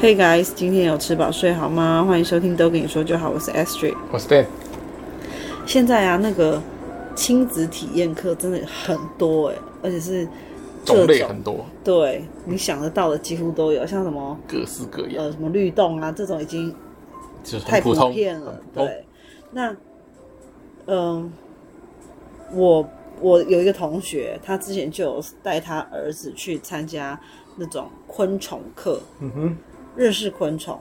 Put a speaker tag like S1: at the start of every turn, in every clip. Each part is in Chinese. S1: Hey guys，今天有吃饱睡好吗？欢迎收听都跟你说就好，我是 Astrid。
S2: 我是 Dan，
S1: 现在啊，那个亲子体验课真的很多哎、而且是各
S2: 种类
S1: 种
S2: 很多，
S1: 对你想得到的几乎都有，像什么
S2: 各式各样，
S1: 呃什么律动啊这种已经
S2: 就是
S1: 太
S2: 很
S1: 普
S2: 普通。
S1: 遍了
S2: 很。普通
S1: 对，那嗯、我我有一个同学，他之前就有带他儿子去参加那种昆虫课，
S2: 嗯哼，
S1: 认识昆虫，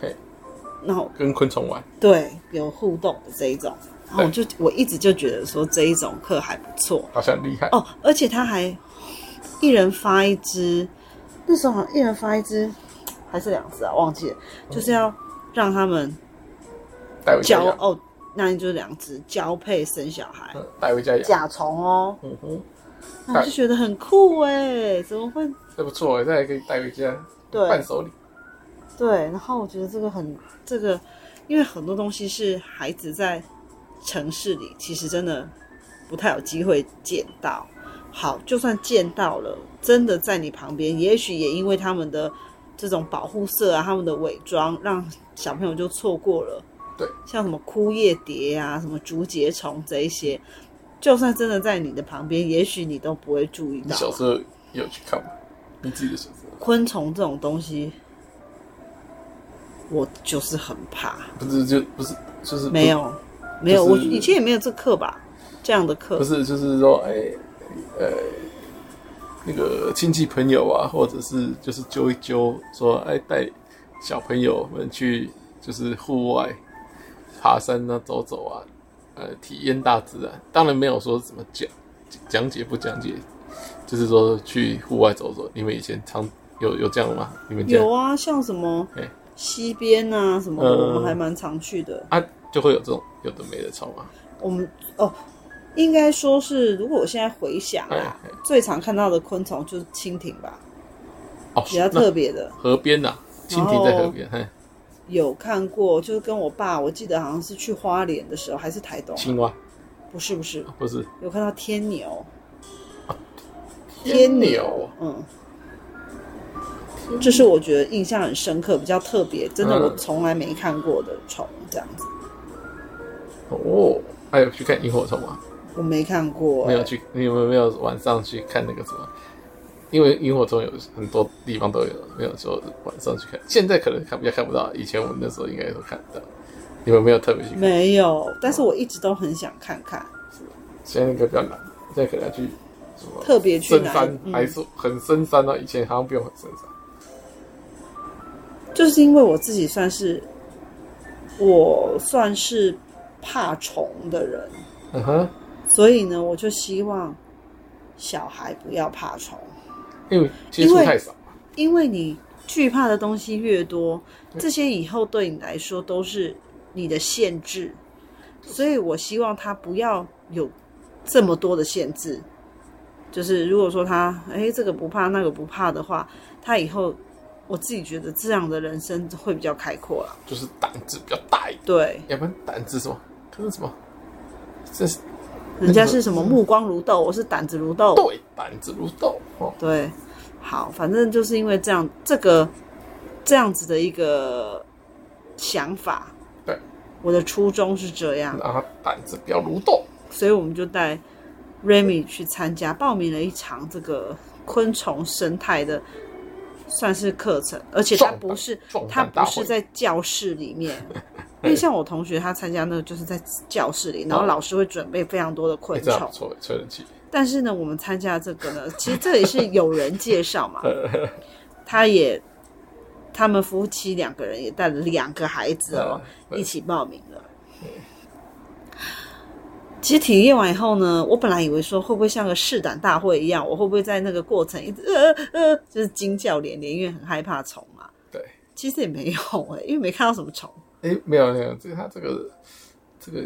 S2: 嘿，
S1: 然后
S2: 跟昆虫玩，
S1: 对有互动的这一种，然后
S2: 对
S1: 我就我一直就觉得说这一种课还不错
S2: 好像很厉害。
S1: 哦，而且他还一人发一只，那时候好像一人发一只还是两只啊，忘记了，就是要让他们
S2: 带回家
S1: 交
S2: 养，
S1: 哦，那就是两只交配生小孩，
S2: 嗯带回家养。
S1: 甲虫哦，
S2: 嗯哼，
S1: 那我就觉得很酷哎，怎么会？
S2: 这不错，这还可以带回家，
S1: 对
S2: 伴手礼。
S1: 对，然后我觉得这个很这个，因为很多东西是孩子在城市里其实真的不太有机会见到。好，就算见到了，真的在你旁边，也许也因为他们的这种保护色啊，他们的伪装，让小朋友就错过了。
S2: 对，
S1: 像什么枯叶蝶啊，什么竹节虫这一些，就算真的在你的旁边，也许你都不会注意
S2: 你
S1: 到。
S2: 小时候有去看吗？你自己的小时候，
S1: 昆虫这种东西，我就是很怕。
S2: 不是就不是就是不
S1: 没，有，没有，
S2: 就是
S1: 我以前也没有这课吧，这样的课
S2: 不。是就是说哎呃那个亲戚朋友啊，或者是就是揪一揪，说哎带小朋友们去就是户外爬山啊走走啊，呃体验大自然。当然没有说什么讲讲解不讲解，就是说去户外走走。你们以前常有有这样吗？你们这样
S1: 有啊，像什么
S2: 哎
S1: 溪边啊什么的，
S2: 嗯
S1: 我们还蛮常去的。
S2: 啊就会有这种有的没的吵吗？
S1: 我们哦，应该说是，如果我现在回想啊
S2: 哎哎，
S1: 最常看到的昆虫就是蜻蜓吧，
S2: 哦，
S1: 比较
S2: 那
S1: 特别的。
S2: 河边呐、蜻蜓在河边，嘿，哎
S1: 有看过，就是跟我爸，我记得好像是去花莲的时候，还是台东啊、
S2: 青蛙
S1: 不是不是，
S2: 不是
S1: 有看到天牛，
S2: 天牛，
S1: 嗯，这是我觉得印象很深刻、比较特别，真的
S2: 嗯
S1: 我从来没看过的虫，这样子
S2: 哦，还有去看萤火虫吗？
S1: 我没看过、
S2: 没有去，你有没有晚上去看那个什么？因为萤火虫有很多地方都有，没有说晚上去看。现在可能看比较看不到，以前我们那时候应该都看得到。你们没有特别去看？
S1: 没有，但是我一直都很想看看，
S2: 现在应该比较难，现在可能要去什么
S1: 特别去
S2: 深
S1: 哪
S2: 山
S1: 里，？
S2: 还
S1: 嗯，
S2: 是很深山哦。以前好像不用很深山，
S1: 就是因为我自己算是我算是怕虫的人，
S2: 嗯哼，
S1: 所以呢，我就希望小孩不要怕虫，
S2: 因为接触
S1: 因为
S2: 太少。
S1: 因为你惧怕的东西越多，这些以后对你来说都是你的限制，所以我希望他不要有这么多的限制。就是如果说他诶这个不怕那个不怕的话，他以后我自己觉得这样的人生会比较开阔啦。
S2: 就是胆子比较大一点，
S1: 对，
S2: 要不然胆子什么？可是什么？这是
S1: 人家是什么目光如豆，我是胆子如豆。
S2: 对胆子如豆哦。
S1: 对，好，反正就是因为这样，这个这样子的一个想法，
S2: 对，
S1: 我的初衷是这样，
S2: 让他胆子不要如豆。
S1: 所以我们就带 Remy 去参加，报名了一场这个昆虫生态的。算是课程，而且它
S2: 壮
S1: 不
S2: 胆
S1: 是
S2: 壮，
S1: 它
S2: 胆大
S1: 不是
S2: 会
S1: 在教室里 面，因为像我同学他参加那个就是在教室里，然后
S2: 哦
S1: 老师会准备非常多的
S2: 哎、
S1: 昆
S2: 这样
S1: 虫
S2: 不，错，吹人气。
S1: 但是呢，我们参加这个呢， 其实这也是有人介绍 嘛，
S2: 呃
S1: 他也，他们夫妻两个人也带了两个孩子哦，
S2: 嗯
S1: 一起报名了。其实体验完以后呢，我本来以为说会不会像个试胆大会一样，我会不会在那个过程一直呃呃，就是惊叫连连，因为很害怕虫嘛。
S2: 对，
S1: 其实也没有哎、因为没看到什么虫。
S2: 哎、没有没有，这个他这个这个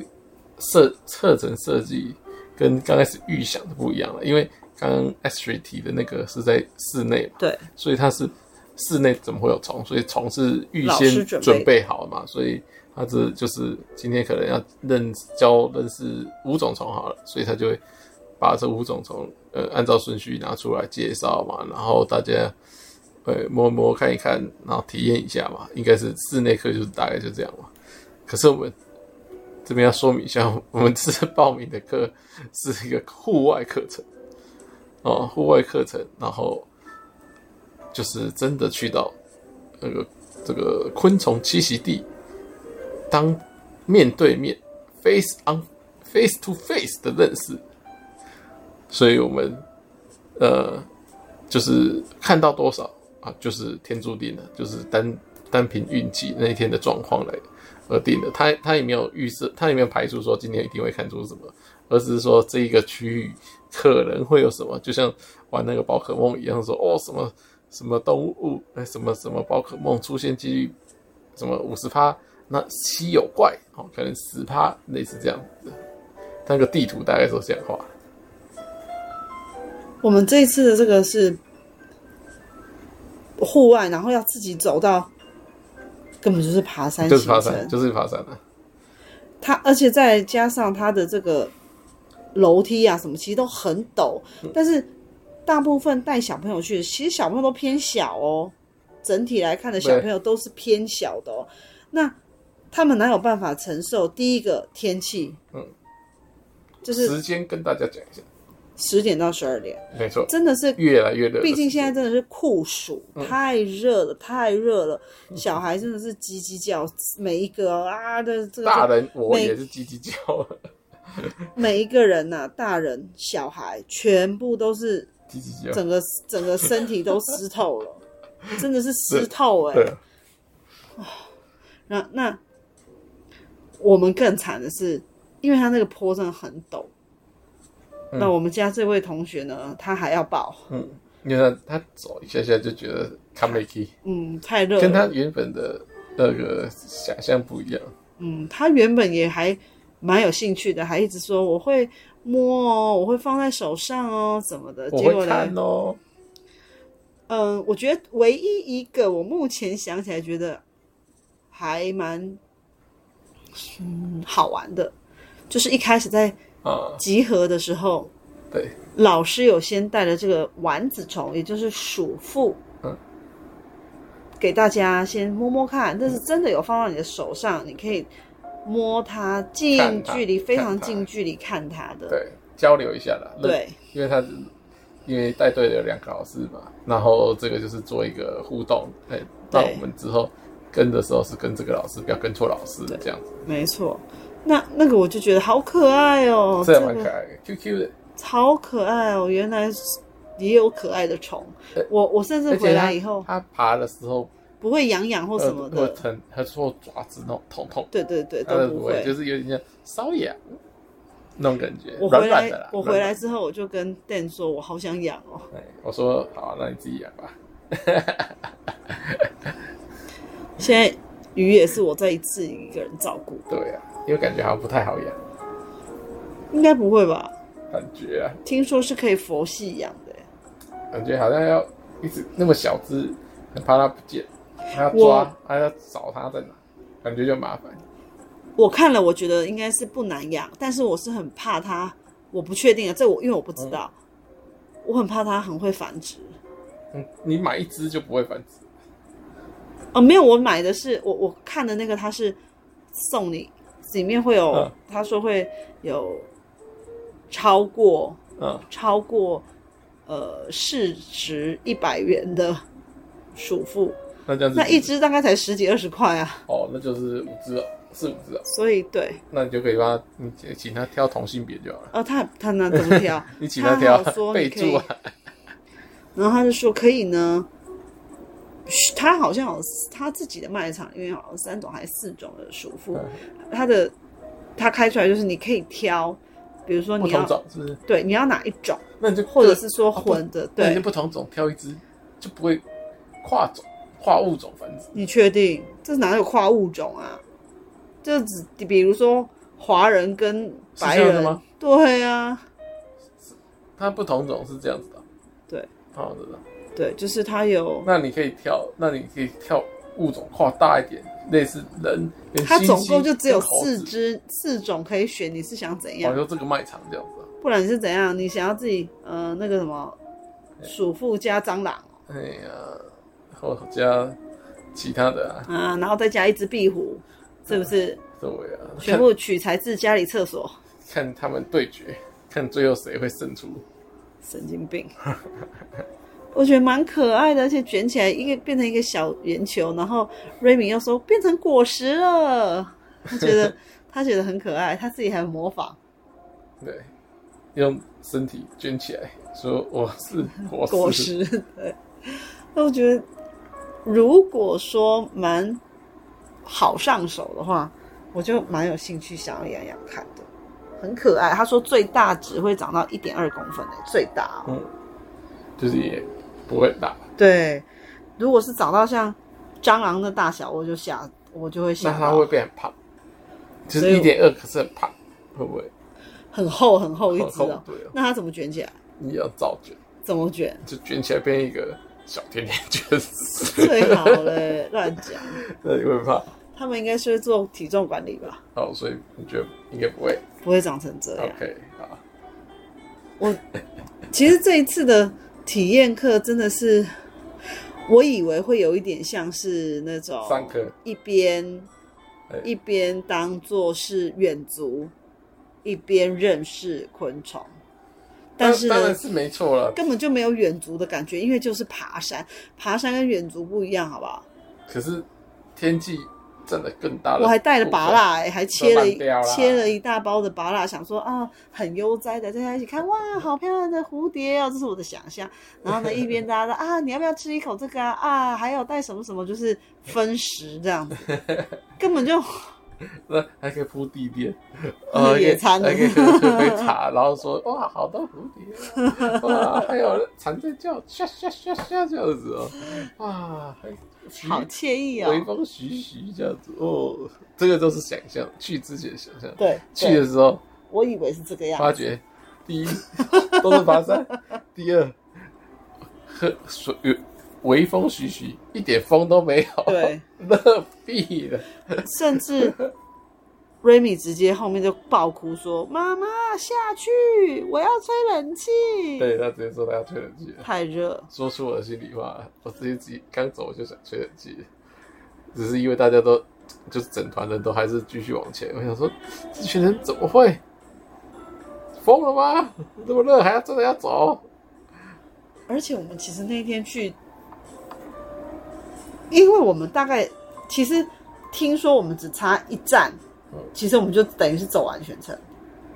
S2: 设课程设计跟刚开始预想的不一样了，因为刚刚 S 水提的那个是在室内嘛，
S1: 对，
S2: 所以它是室内怎么会有虫？所以虫是预
S1: 老师
S2: 先
S1: 准备
S2: 准备好嘛，所以它这就是今天可能要认教认识五种虫好了，所以他就会把这五种虫呃按照顺序拿出来介绍嘛，然后大家呃摸一摸看一看，然后体验一下嘛，应该是室内课就是大概就这样嘛。可是我们这边要说明一下，我们这次报名的课是一个户外课程哦，户外课程，然后就是真的去到那个这个昆虫栖息地，当面对面 face on face to face 的认识，所以我们呃就是看到多少啊，就是天注定的，就是单单凭运气那一天的状况来而定的。他他也没有预设，他也没有排除说今天一定会看出什么，而只是说这一个区域可能会有什么，就像玩那个宝可梦一样说，哦什么什么动物，哎什么什么宝可梦出现几率什么五十趴，那稀有怪哦可能十趴，类似这样子。那个地图大概都是这样画的。
S1: 我们这一次的这个是户外，然后要自己走到，根本就是爬山
S2: 就
S1: 行
S2: 是爬
S1: 程。
S2: 山，就是爬山啊。
S1: 它而且再加上它的这个楼梯啊什么，其实都很陡，
S2: 嗯
S1: 但是大部分带小朋友去，其实小朋友都偏小哦。整体来看的小朋友都是偏小的哦，那他们哪有办法承受？第一个天气，
S2: 嗯，
S1: 就是
S2: 时间跟大家讲一下，
S1: 十点到十二点，
S2: 没错，
S1: 真的是
S2: 越来越热的时间。嗯
S1: 毕竟现在真的是酷暑，太热了，太热了，小孩真的是叽叽叫，每一个哦啊的这个
S2: 大人我也是叽叽叫，
S1: 每一个人呐、大人小孩全部都是
S2: 叽叽叫。
S1: 整个整个身体都湿透了，真的是湿透哎、
S2: 对啊，
S1: 那那我们更惨的是，因为他那个坡真的很陡。
S2: 嗯
S1: 那我们家这位同学呢，他还要抱，
S2: 嗯，因为他他走一下下就觉得 come a k
S1: 嗯，太热了，
S2: 跟他原本的那个想象不一样。
S1: 嗯，他原本也还蛮有兴趣的，还一直说我会摸哦，我会放在手上哦，怎么的。
S2: 我
S1: 结果
S2: 会
S1: 呢
S2: 看，哦，
S1: 嗯，我觉得唯一一个我目前想起来觉得还蛮嗯好玩的，就是一开始在
S2: 啊，
S1: 集合的时候，
S2: 对，
S1: 老师有先带了这个丸子虫，也就是鼠妇，
S2: 嗯，
S1: 给大家先摸摸看，但是真的有放到你的手上，你可以摸它，近
S2: 看它
S1: 距离，非常
S2: 看它
S1: 近距离看它的，
S2: 对，交流一下啦。认
S1: 对，
S2: 因为他是因为带队的有两个老师嘛，然后这个就是做一个互动，哎、那
S1: 对
S2: 我们之后跟的时候是跟这个老师，不要跟错老师这样子，
S1: 没错。那那个我就觉得好可爱哦，
S2: 这样蛮可
S1: 个
S2: 爱的，QQ 的，
S1: 好可爱哦，原来也有可爱的虫
S2: 对。
S1: 我我甚至
S2: 而
S1: 回
S2: 且他
S1: 来以后
S2: 他爬的时候
S1: 不会痒痒或
S2: 呃
S1: 什么
S2: 会
S1: 的，
S2: 疼，他说爪子那种痛痛，
S1: 对对对，
S2: 他
S1: 都
S2: 的
S1: 不
S2: 不
S1: 会
S2: 会，。就是有点像瘙痒那种感觉，
S1: 我
S2: 软
S1: 回
S2: 软的
S1: 来
S2: 啦，。
S1: 我回来
S2: 软
S1: 之后，我就跟 Dan 说，我好想养哦。
S2: 软的，哎我说好啊，那你自己养吧，
S1: 现在鱼也是我在自己一个人照顾，
S2: 对呀、啊，因为感觉好像不太好养，
S1: 应该不会吧？
S2: 感觉啊，
S1: 听说是可以佛系养的欸、
S2: 感觉好像要一直那么小只，很怕它不见，还要抓
S1: 我，
S2: 还要找它在哪，感觉就麻烦。
S1: 我看了，我觉得应该是不难养，但是我是很怕它，我不确定啊，这我因为我不知道，我很怕它很会繁殖。
S2: 嗯，你买一只就不会繁殖，
S1: 哦，没有，我买的是我我看的那个，它是送你，里面会有
S2: 嗯
S1: 他说会有超过
S2: 嗯，
S1: 超过呃市值一百元的鼠妇，
S2: 那这样子
S1: 那一只大概才十几二十块啊，
S2: 哦，那就是五只哦，是五只哦，
S1: 所以对，
S2: 那你就可以帮它，你请它挑同性别就好了，
S1: 哦，他他那怎么
S2: ？
S1: 挑
S2: 你请
S1: 他
S2: 挑
S1: 还有说
S2: 备
S1: 你可
S2: 注
S1: 以
S2: 啊，，
S1: 然后他就说可以呢。嘘他好像有他自己的卖场，因为好像三种还是四种的鼠妇，
S2: 嗯
S1: 他的他开出来就是你可以挑，比如说
S2: 不
S1: 你
S2: 同
S1: 要
S2: 种是不是？
S1: 对你要哪一种，
S2: 那你就
S1: 或者是说
S2: 啊不
S1: 混的，
S2: 那你
S1: 对
S2: 就不同种挑一只，就不会跨种跨物种繁殖。
S1: 你确定这哪有跨物种啊？就只比如说华人跟
S2: 是
S1: 白
S2: 这样的
S1: 人
S2: 吗
S1: 对啊，
S2: 它不同种是这样子的，啊
S1: 对，
S2: 好的。
S1: 对，就是他有
S2: 那你可以跳，那你可以跳物种跨大一点，类似人。跟
S1: 他
S2: 猩猩
S1: 总共就只有
S2: 跟猴
S1: 四
S2: 子，
S1: 只四种可以选，你是想怎
S2: 好
S1: 样？
S2: 像这个卖场这样子、啊。
S1: 不然你是怎样？你想要自己呃那个什么鼠妇加蟑螂？
S2: 哎呀，后加其他的啊，
S1: 嗯，然后再加一只壁虎，是不是？
S2: 对啊，
S1: 全部取材自家里厕所，
S2: 看看他们对决，看最后谁会胜出。
S1: 神经病。 我觉得蛮可爱的，而且卷起来一个变成一个小圆球，然后瑞敏又说变成果实了，他觉 得他觉得很可爱，他自己还模仿
S2: 对，用身体捐起来，说我 是果实。
S1: 果实，对。 那我觉得如果说蛮好上手的话，我就蛮有兴趣想要养养看的，很可爱。他说最大只会长到一点二公分、欸，最大、哦。
S2: 嗯，就是也不会大。
S1: 对，如果是长到像蟑螂的大小，我就吓，我就会
S2: 那
S1: 吓
S2: 它
S1: 到
S2: 会。变很胖，就
S1: 所
S2: 是
S1: 以
S2: 一
S1: 我
S2: 点二，可是很胖，会不会？
S1: 很厚很厚一
S2: 很
S1: 只
S2: 厚
S1: 哦，
S2: 对啊
S1: 那它怎么卷起来？
S2: 你要造卷，
S1: 怎么卷？
S2: 就卷起来变一个小甜甜圈，
S1: 最好嘞， 乱讲。
S2: 那你会怕？
S1: 他们应该是会做体重管理吧，
S2: 好，所以你觉得应该不会
S1: 不会长成这样。
S2: ？OK，好，
S1: 我其实这一次的体验课真的是，我以为会有一点像是那种
S2: 上课
S1: 一边
S2: 哎
S1: 一边当做是远足，一边认识昆虫，但是
S2: 当
S1: 呢
S2: 然是没错了。
S1: 根本就没有远足的感觉，因为就是爬山，爬山跟远足不一样，好不好？
S2: 可是天气占了更大的，
S1: 我还带了拔，蜡、欸，还切了一
S2: 慢掉啦
S1: 切了一大包的拔蜡，想说啊，很悠哉的大家一起看，哇，好漂亮的蝴蝶哦，这是我的想象。然后呢，一边大家说啊，你要不要吃一口这个啊？啊，还有带什么什么，就是分食这样子，根本就
S2: 那还可以铺地垫，
S1: 那野餐
S2: 还可以还可以喝杯茶，然后说哇，好多蝴蝶啊，哇，还有蝉在叫，唰唰唰唰这样子哦，哇，还徐
S1: 好惬意哦。
S2: 微风徐徐这样子哦，这个都是想象，去之前想象，
S1: 对，
S2: 去的
S1: 对，
S2: 时候
S1: 我以为是这个样
S2: 发
S1: 子，
S2: 觉，第一都是爬山，第二喝水微风徐徐，一点风都没有，
S1: 对，
S2: 乐屁的。
S1: 甚至 Remy 直接后面就爆哭说：“妈妈下去，我要吹冷气。”
S2: 对他直接说他要吹冷气了，
S1: 太热了。
S2: 说出我的心里话。我直接自己刚走我就想吹冷气，只是因为大家都就是整团人都还是继续往前。我想说，这群人怎么会疯了吗？这么热还要真的要走？
S1: 而且我们其实那天去，因为我们大概其实听说我们只差一站
S2: 嗯，
S1: 其实我们就等于是走完全程，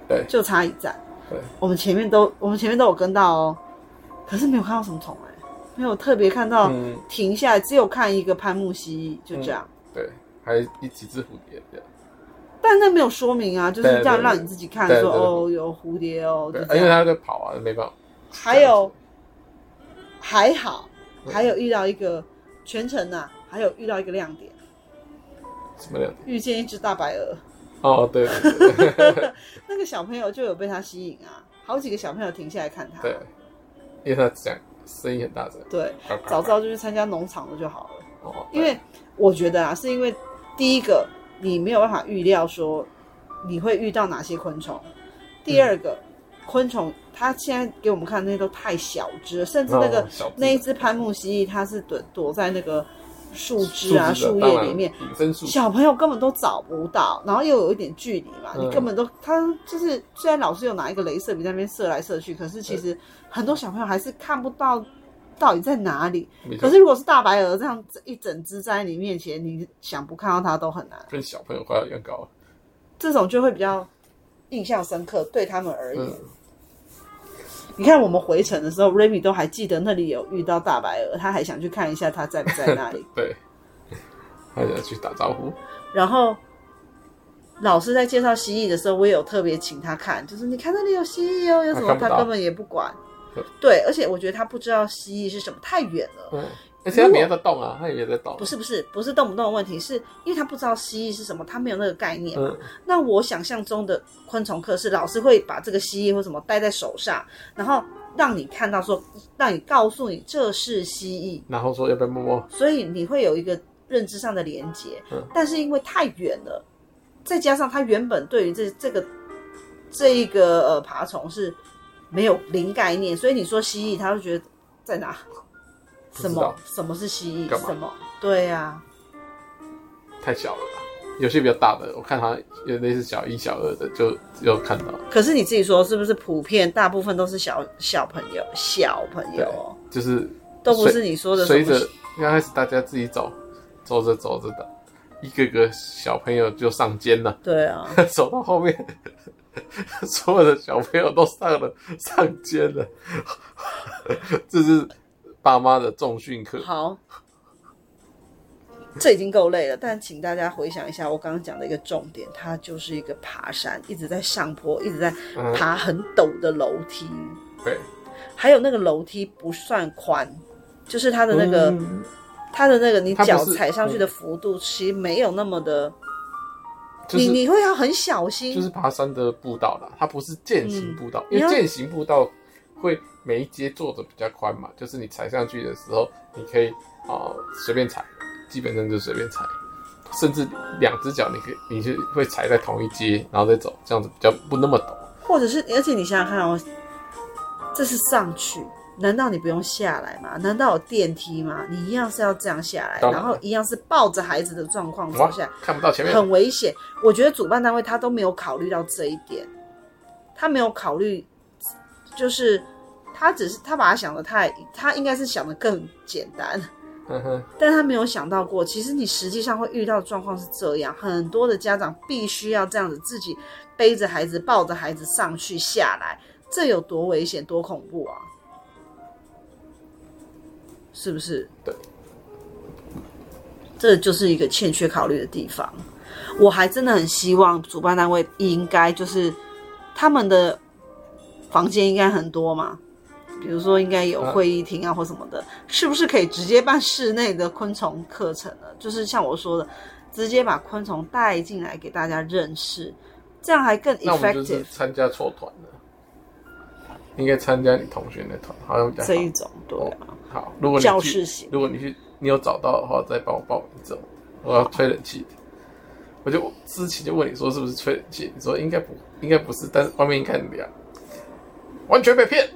S2: 对
S1: 就差一站。
S2: 对，
S1: 我们前面都我们前面都有跟到哦，可是没有看到什么虫哎、没有特别看到
S2: 嗯，
S1: 停下来，只有看一个潘木蜥，就这样。
S2: 对，还一几只蝴蝶这样。
S1: 但那没有说明啊，就是
S2: 对
S1: 这样
S2: 对
S1: 让
S2: 对
S1: 你自己看
S2: 对
S1: 说
S2: 对对
S1: 哦，有蝴蝶哦，就
S2: 对，
S1: 这
S2: 因为
S1: 样。
S2: 他在跑啊，没办法。
S1: 还有
S2: 这
S1: 还好，
S2: 嗯
S1: 还有遇到一个全程呐、还有遇到一个亮点。
S2: 样子什么亮点？
S1: 遇见一只大白鹅，
S2: 哦，对对对
S1: 那个小朋友就有被它吸引啊，好几个小朋友停下来看它。
S2: 对，因为他讲声音很大声，
S1: 对
S2: 呱呱呱
S1: 早知道就去参加农场的就好了。
S2: 哦，对
S1: 因为我觉得啊，是因为第一个你没有办法预料说你会遇到哪些昆虫，第二个、昆虫它现在给我们看的那些都太小只了，甚至那个、
S2: 哦小只
S1: 那一只潘木蜥蜴，它是躲躲在那个树枝啊
S2: 树
S1: 树
S2: 枝的
S1: 叶里面，，
S2: 当然隐身术
S1: 小朋友根本都找不到，然后又有一点距离嘛，
S2: 嗯
S1: 你根本都他就是虽然老师有拿一个镭射笔在那边射来射去，可是其实很多小朋友还是看不到到底在哪里。
S2: 没错
S1: 可是如果是大白鹅这样一整只在你面前，你想不看到它都很难。
S2: 跟小朋友花样高，
S1: 这种就会比较印象深刻，对他们而言。
S2: 嗯，
S1: 你看我们回程的时候，Remy 都还记得那里有遇到大白鹅，他还想去看一下它在不在那里。
S2: 对， 他要去打招呼，
S1: 然后老师在介绍蜥蜴的时候，我也有特别请他看，就是你看那里有蜥蜴哦，有什么
S2: 他看不
S1: 他
S2: 到
S1: 根本也不管
S2: 对。
S1: 对，而且我觉得他不知道蜥蜴是什么，太远了。
S2: 嗯，而且他没有在动啊，他也没有在动，
S1: 不，是不是不是动不动的问题，是因为他不知道蜥蜴是什么，他没有那个概念。
S2: 嗯，
S1: 那我想象中的昆虫课是老师会把这个蜥蜴或什么戴在手上，然后让你看到说，让你告诉你这是蜥蜴，
S2: 然后说要不要摸摸，
S1: 所以你会有一个认知上的连接。
S2: 嗯
S1: 但是因为太远了，再加上他原本对于这这个这一个呃爬虫是没有零概念，所以你说蜥蜴，他就觉得在哪？什
S2: 知道
S1: 么什么是蜥蜴，
S2: 干嘛
S1: 什么对啊呀、
S2: 太小了吧。有些比较大的，我看它有类似小一、小二的，就有看到。
S1: 可是你自己说是不是普遍大部分都是小小朋友小朋友哦，
S2: 就是
S1: 都不是
S2: 随
S1: 你说的什
S2: 随
S1: 么
S2: 着刚开始大家自己走，走着走着的，一个个小朋友就上肩了，
S1: 对啊，
S2: 走到后面， 所有的小朋友都上了上肩了， 这是爸妈的重训课。
S1: 好， 这已经够累了。但请大家回想一下我刚刚讲的一个重点，它就是一个爬山，一直在上坡，一直在
S2: 嗯
S1: 爬很陡的楼梯，
S2: 对，
S1: 还有那个楼梯不算宽，就是它的那个、
S2: 嗯
S1: 它的那个你
S2: 它不
S1: 脚
S2: 是嗯
S1: 踩上去的幅度，其实没有那么的，
S2: 就
S1: 你
S2: 是
S1: 你会要很小心。
S2: 就是爬山的步道啦，它不是践行步道，
S1: 嗯
S2: 因为践行步道会每一阶做的比较宽嘛，就是你踩上去的时候，你可以啊随、便踩，基本上就随便踩，甚至两只脚你可以，你就会踩在同一阶，然后再走，这样子比较不那么陡。
S1: 或者是，而且你想想看哦，这是上去，难道你不用下来吗？难道有电梯吗？你一样是要这样下来，
S2: 当然
S1: 然后一样是抱着孩子的状况走
S2: 哇
S1: 下，
S2: 看不到前
S1: 来，
S2: 面，
S1: 很危险。我觉得主办单位他都没有考虑到这一点，他没有考虑，就是他只是他把他想的太，他应该是想的更简单。
S2: 呵呵
S1: 但他没有想到过，其实你实际上会遇到的状况是这样，很多的家长必须要这样子自己背着孩子、抱着孩子上去下来，这有多危险、多恐怖啊！是不是？
S2: 对，
S1: 这就是一个欠缺考虑的地方。我还真的很希望主办单位应该就是他们的房间应该很多嘛，比如说应该有
S2: 嗯
S1: 会议厅啊或什么的，是不是可以直接办室内的昆虫课程呢？就是像我说的，直接把昆虫带进来给大家认识，这样还更
S2: 那我们就是
S1: effective
S2: 参加错团了，应该参加你同学的团，好像比较好哦
S1: 这一种，对啊，
S2: 好，如果你去
S1: 教室型
S2: 如果你去你有找到的话，再帮我报名走。我要吹冷气的，我就之前就问你说是不是吹冷气，你说应该不应该不是，但是外面一看你啊，完全被骗，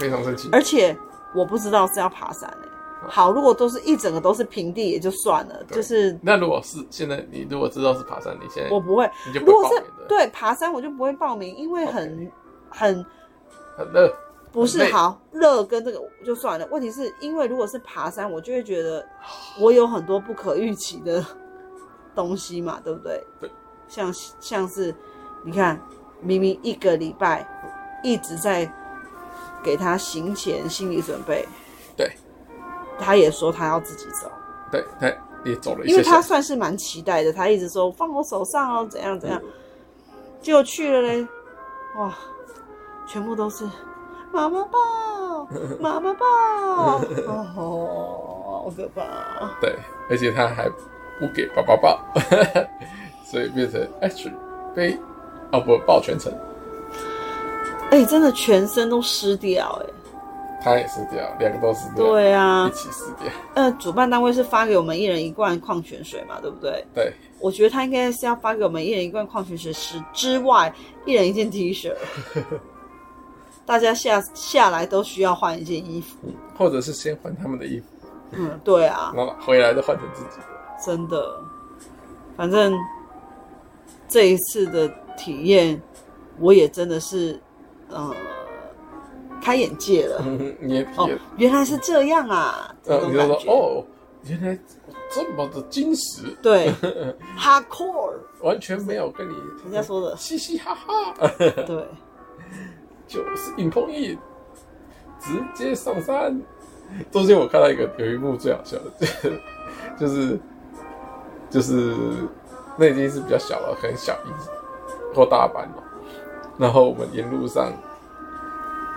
S2: 非常生气。
S1: 而且我不知道是要爬山、欸、好，如果都是一整个都是平地也就算了，
S2: 嗯对
S1: 就是
S2: 那如果是现在你如果知道是爬山，你现在
S1: 我不会。
S2: 你就
S1: 如
S2: 不会
S1: 果
S2: 报
S1: 是
S2: 名的，
S1: 对爬山，我就不会报名，因为很很
S2: 很热，
S1: 不是
S2: 很累
S1: 好热跟这个就算了。问题是因为如果是爬山，我就会觉得我有很多不可预期的东西嘛，对不对？
S2: 对，
S1: 像像是你看，明明一个礼拜一直在给他行前心理准备，
S2: 对
S1: 他也说他要自己走。
S2: 对，他也走了一
S1: 因为
S2: 些
S1: 他
S2: 下，
S1: 算是蛮期待的，他一直说放我手上哦，怎样怎样，结果去了嘞，哇，全部都是妈妈抱，妈妈抱，哦，好可怕哦！
S2: 对，而且他还不给爸爸 抱，所以变成 H 被哦不抱全程，
S1: 哎、真的全身都湿掉哎、
S2: 他也死掉，两个都死掉，
S1: 对啊
S2: 一，起死掉，
S1: 呃，主办单位是发给我们一人一罐矿泉水嘛，对不对？
S2: 对。
S1: 我觉得他应该是要发给我们一人一罐矿泉水之之外，一人一件 T 恤，大家下下来都需要换一件衣服。
S2: 或者是先换他们的衣服，
S1: 嗯，对啊，
S2: 然后回来再换成自己的。
S1: 真的，反正这一次的体验，我也真的是呃开眼界了。
S2: 嗯，你也体
S1: 哦
S2: 验，，
S1: 原来是这样啊，这
S2: 呃，
S1: 种
S2: 你就
S1: 感
S2: 说
S1: 觉。
S2: 哦，原来这么的矜持，
S1: 对，hardcore，
S2: 完全没有跟你
S1: 人家说的，
S2: 嘻嘻哈哈，
S1: 对，
S2: 就是硬碰硬，直接上山。中间我看到一个有一幕最好笑的， 就是就是那已经是比较小了，可能小一或大班嘛。然后我们沿路上，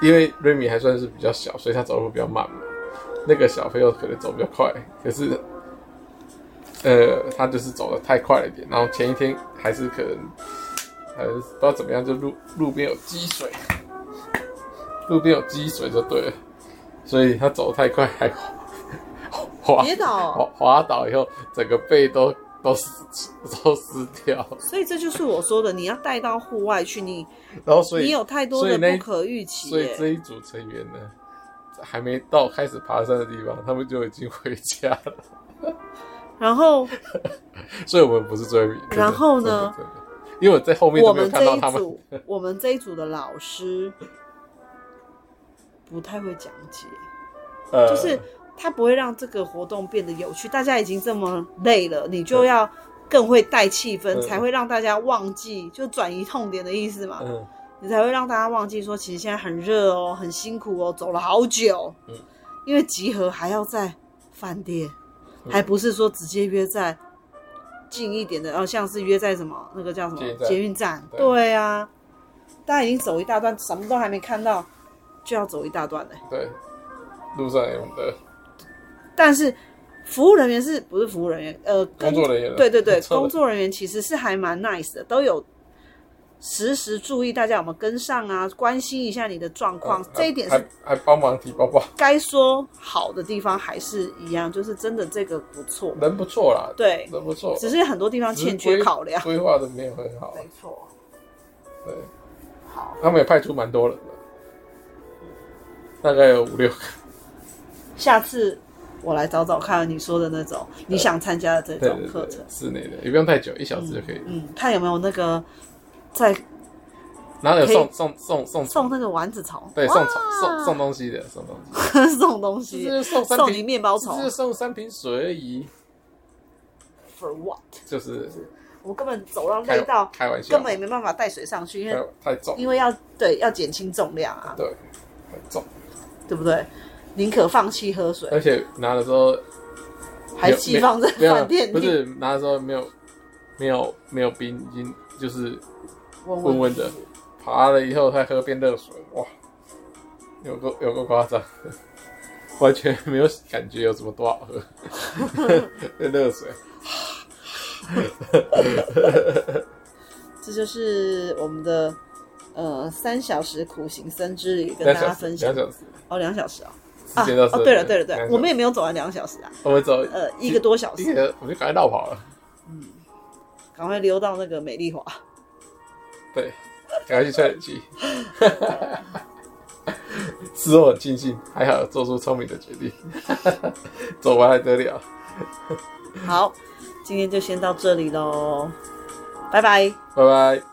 S2: 因为瑞米还算是比较小，所以他走路比较慢嘛。那个小朋友可能走比较快，可是呃，他就是走的太快了一点。然后前一天还是可能还是不知道怎么样，就路路边有积水，路边有积水就对了，所以他走得太快还滑
S1: 跌倒。
S2: 滑滑倒以后，整个背都都湿都湿掉，
S1: 所以这就是我说的，你要带到户外去，你
S2: 然后所以
S1: 你有太多
S2: 所以
S1: 的
S2: 那
S1: 不可预期
S2: 所以
S1: 耶。
S2: 这一组成员呢，还没到开始爬山的地方，他们就已经回家了，
S1: 然后
S2: 所以我们不是追名。真的
S1: 然后呢？
S2: 真的真的因为我在后面
S1: 我
S2: 都没有
S1: 们
S2: 看
S1: 这
S2: 到
S1: 一
S2: 他们。
S1: 组，我们这一组的老师不太会讲解，
S2: 呃，
S1: 就是他不会让这个活动变得有趣。大家已经这么累了，你就要更会带气氛，
S2: 嗯
S1: 才会让大家忘记，就转移痛点的意思嘛。
S2: 嗯
S1: 你才会让大家忘记说，其实现在很热哦，很辛苦哦，走了好久。
S2: 嗯
S1: 因为集合还要在饭店，
S2: 嗯
S1: 还不是说直接约在近一点的，哦，像是约在什么那个叫什
S2: 捷
S1: 么
S2: 运站
S1: 捷运站。
S2: 对
S1: 对啊，大家已经走一大段，什么都还没看到，就要走一大段嘞。
S2: 对，路上有的
S1: 但是服务人员是不是服务人员？呃，
S2: 工
S1: 跟
S2: 作人员，
S1: 对对对，
S2: 车
S1: 工作人员其实是还蛮 nice 的，都有时时注意大家有没有跟上啊，关心一下你的状况。
S2: 哦还
S1: 这一点
S2: 还
S1: 是
S2: 嗯还帮忙提包包，
S1: 该说好的地方还是一样，就是真的这个不错，
S2: 人不错啦，
S1: 对，
S2: 人不错，
S1: 只是很多地方
S2: 只是
S1: 欠缺
S2: 规
S1: 考量。
S2: 规划的没有很好，啊
S1: 没错，
S2: 对，
S1: 好，
S2: 他们也派出蛮多人的，大概有五六个，
S1: 下次我来找找看啊你说的那种你想参加的这
S2: 对
S1: 种
S2: 对
S1: 课
S2: 对
S1: 程，，
S2: 室内的也不用太久，一小时就可以了，
S1: 嗯，看有没有那个在
S2: 哪有
S1: 可以
S2: 送送送送
S1: 送那个丸子虫，
S2: 对，送送送
S1: 哇
S2: 送东西的，送东西，
S1: 送东西，
S2: 就是送三
S1: 送你
S2: 瓶，
S1: 面包
S2: 就
S1: 虫
S2: 是送三瓶水而已，
S1: for what？
S2: 就是
S1: 我根本走到
S2: 开
S1: 累到，
S2: 开玩笑，
S1: 根本也没嗯办法带水上去，因为
S2: 太太重，
S1: 因为要对要减轻重量啊，
S2: 对，太重，
S1: 对不对？宁可放弃喝水，
S2: 而且拿的时候
S1: 还寄放在
S2: 没有
S1: 饭店
S2: 不
S1: 里，
S2: 是拿的时候没有没有没有冰，已经就是
S1: 温
S2: 温温的，爬了以后再喝变热水，哇，有个有个夸张，完全没有感觉有什么多好喝，变热水，
S1: 这就是我们的呃三小时苦行僧之旅跟
S2: 两
S1: 大
S2: 小
S1: 家
S2: 时
S1: 分
S2: 两
S1: 享
S2: 小时，
S1: 哦，两小时哦。啊
S2: 时间到
S1: 哦，对了对了对了，我们
S2: 也
S1: 也没有走完两小时啊，
S2: 我们走
S1: 呃，一个多小
S2: 一
S1: 时，
S2: 个我们就赶快绕跑了，
S1: 赶快溜到那个美丽华。
S2: 对，赶快去吹冷气。 事后很庆幸，还好做出聪明的决定， 走完还得了。
S1: 好，今天就先到这里喽，拜拜。
S2: 拜拜。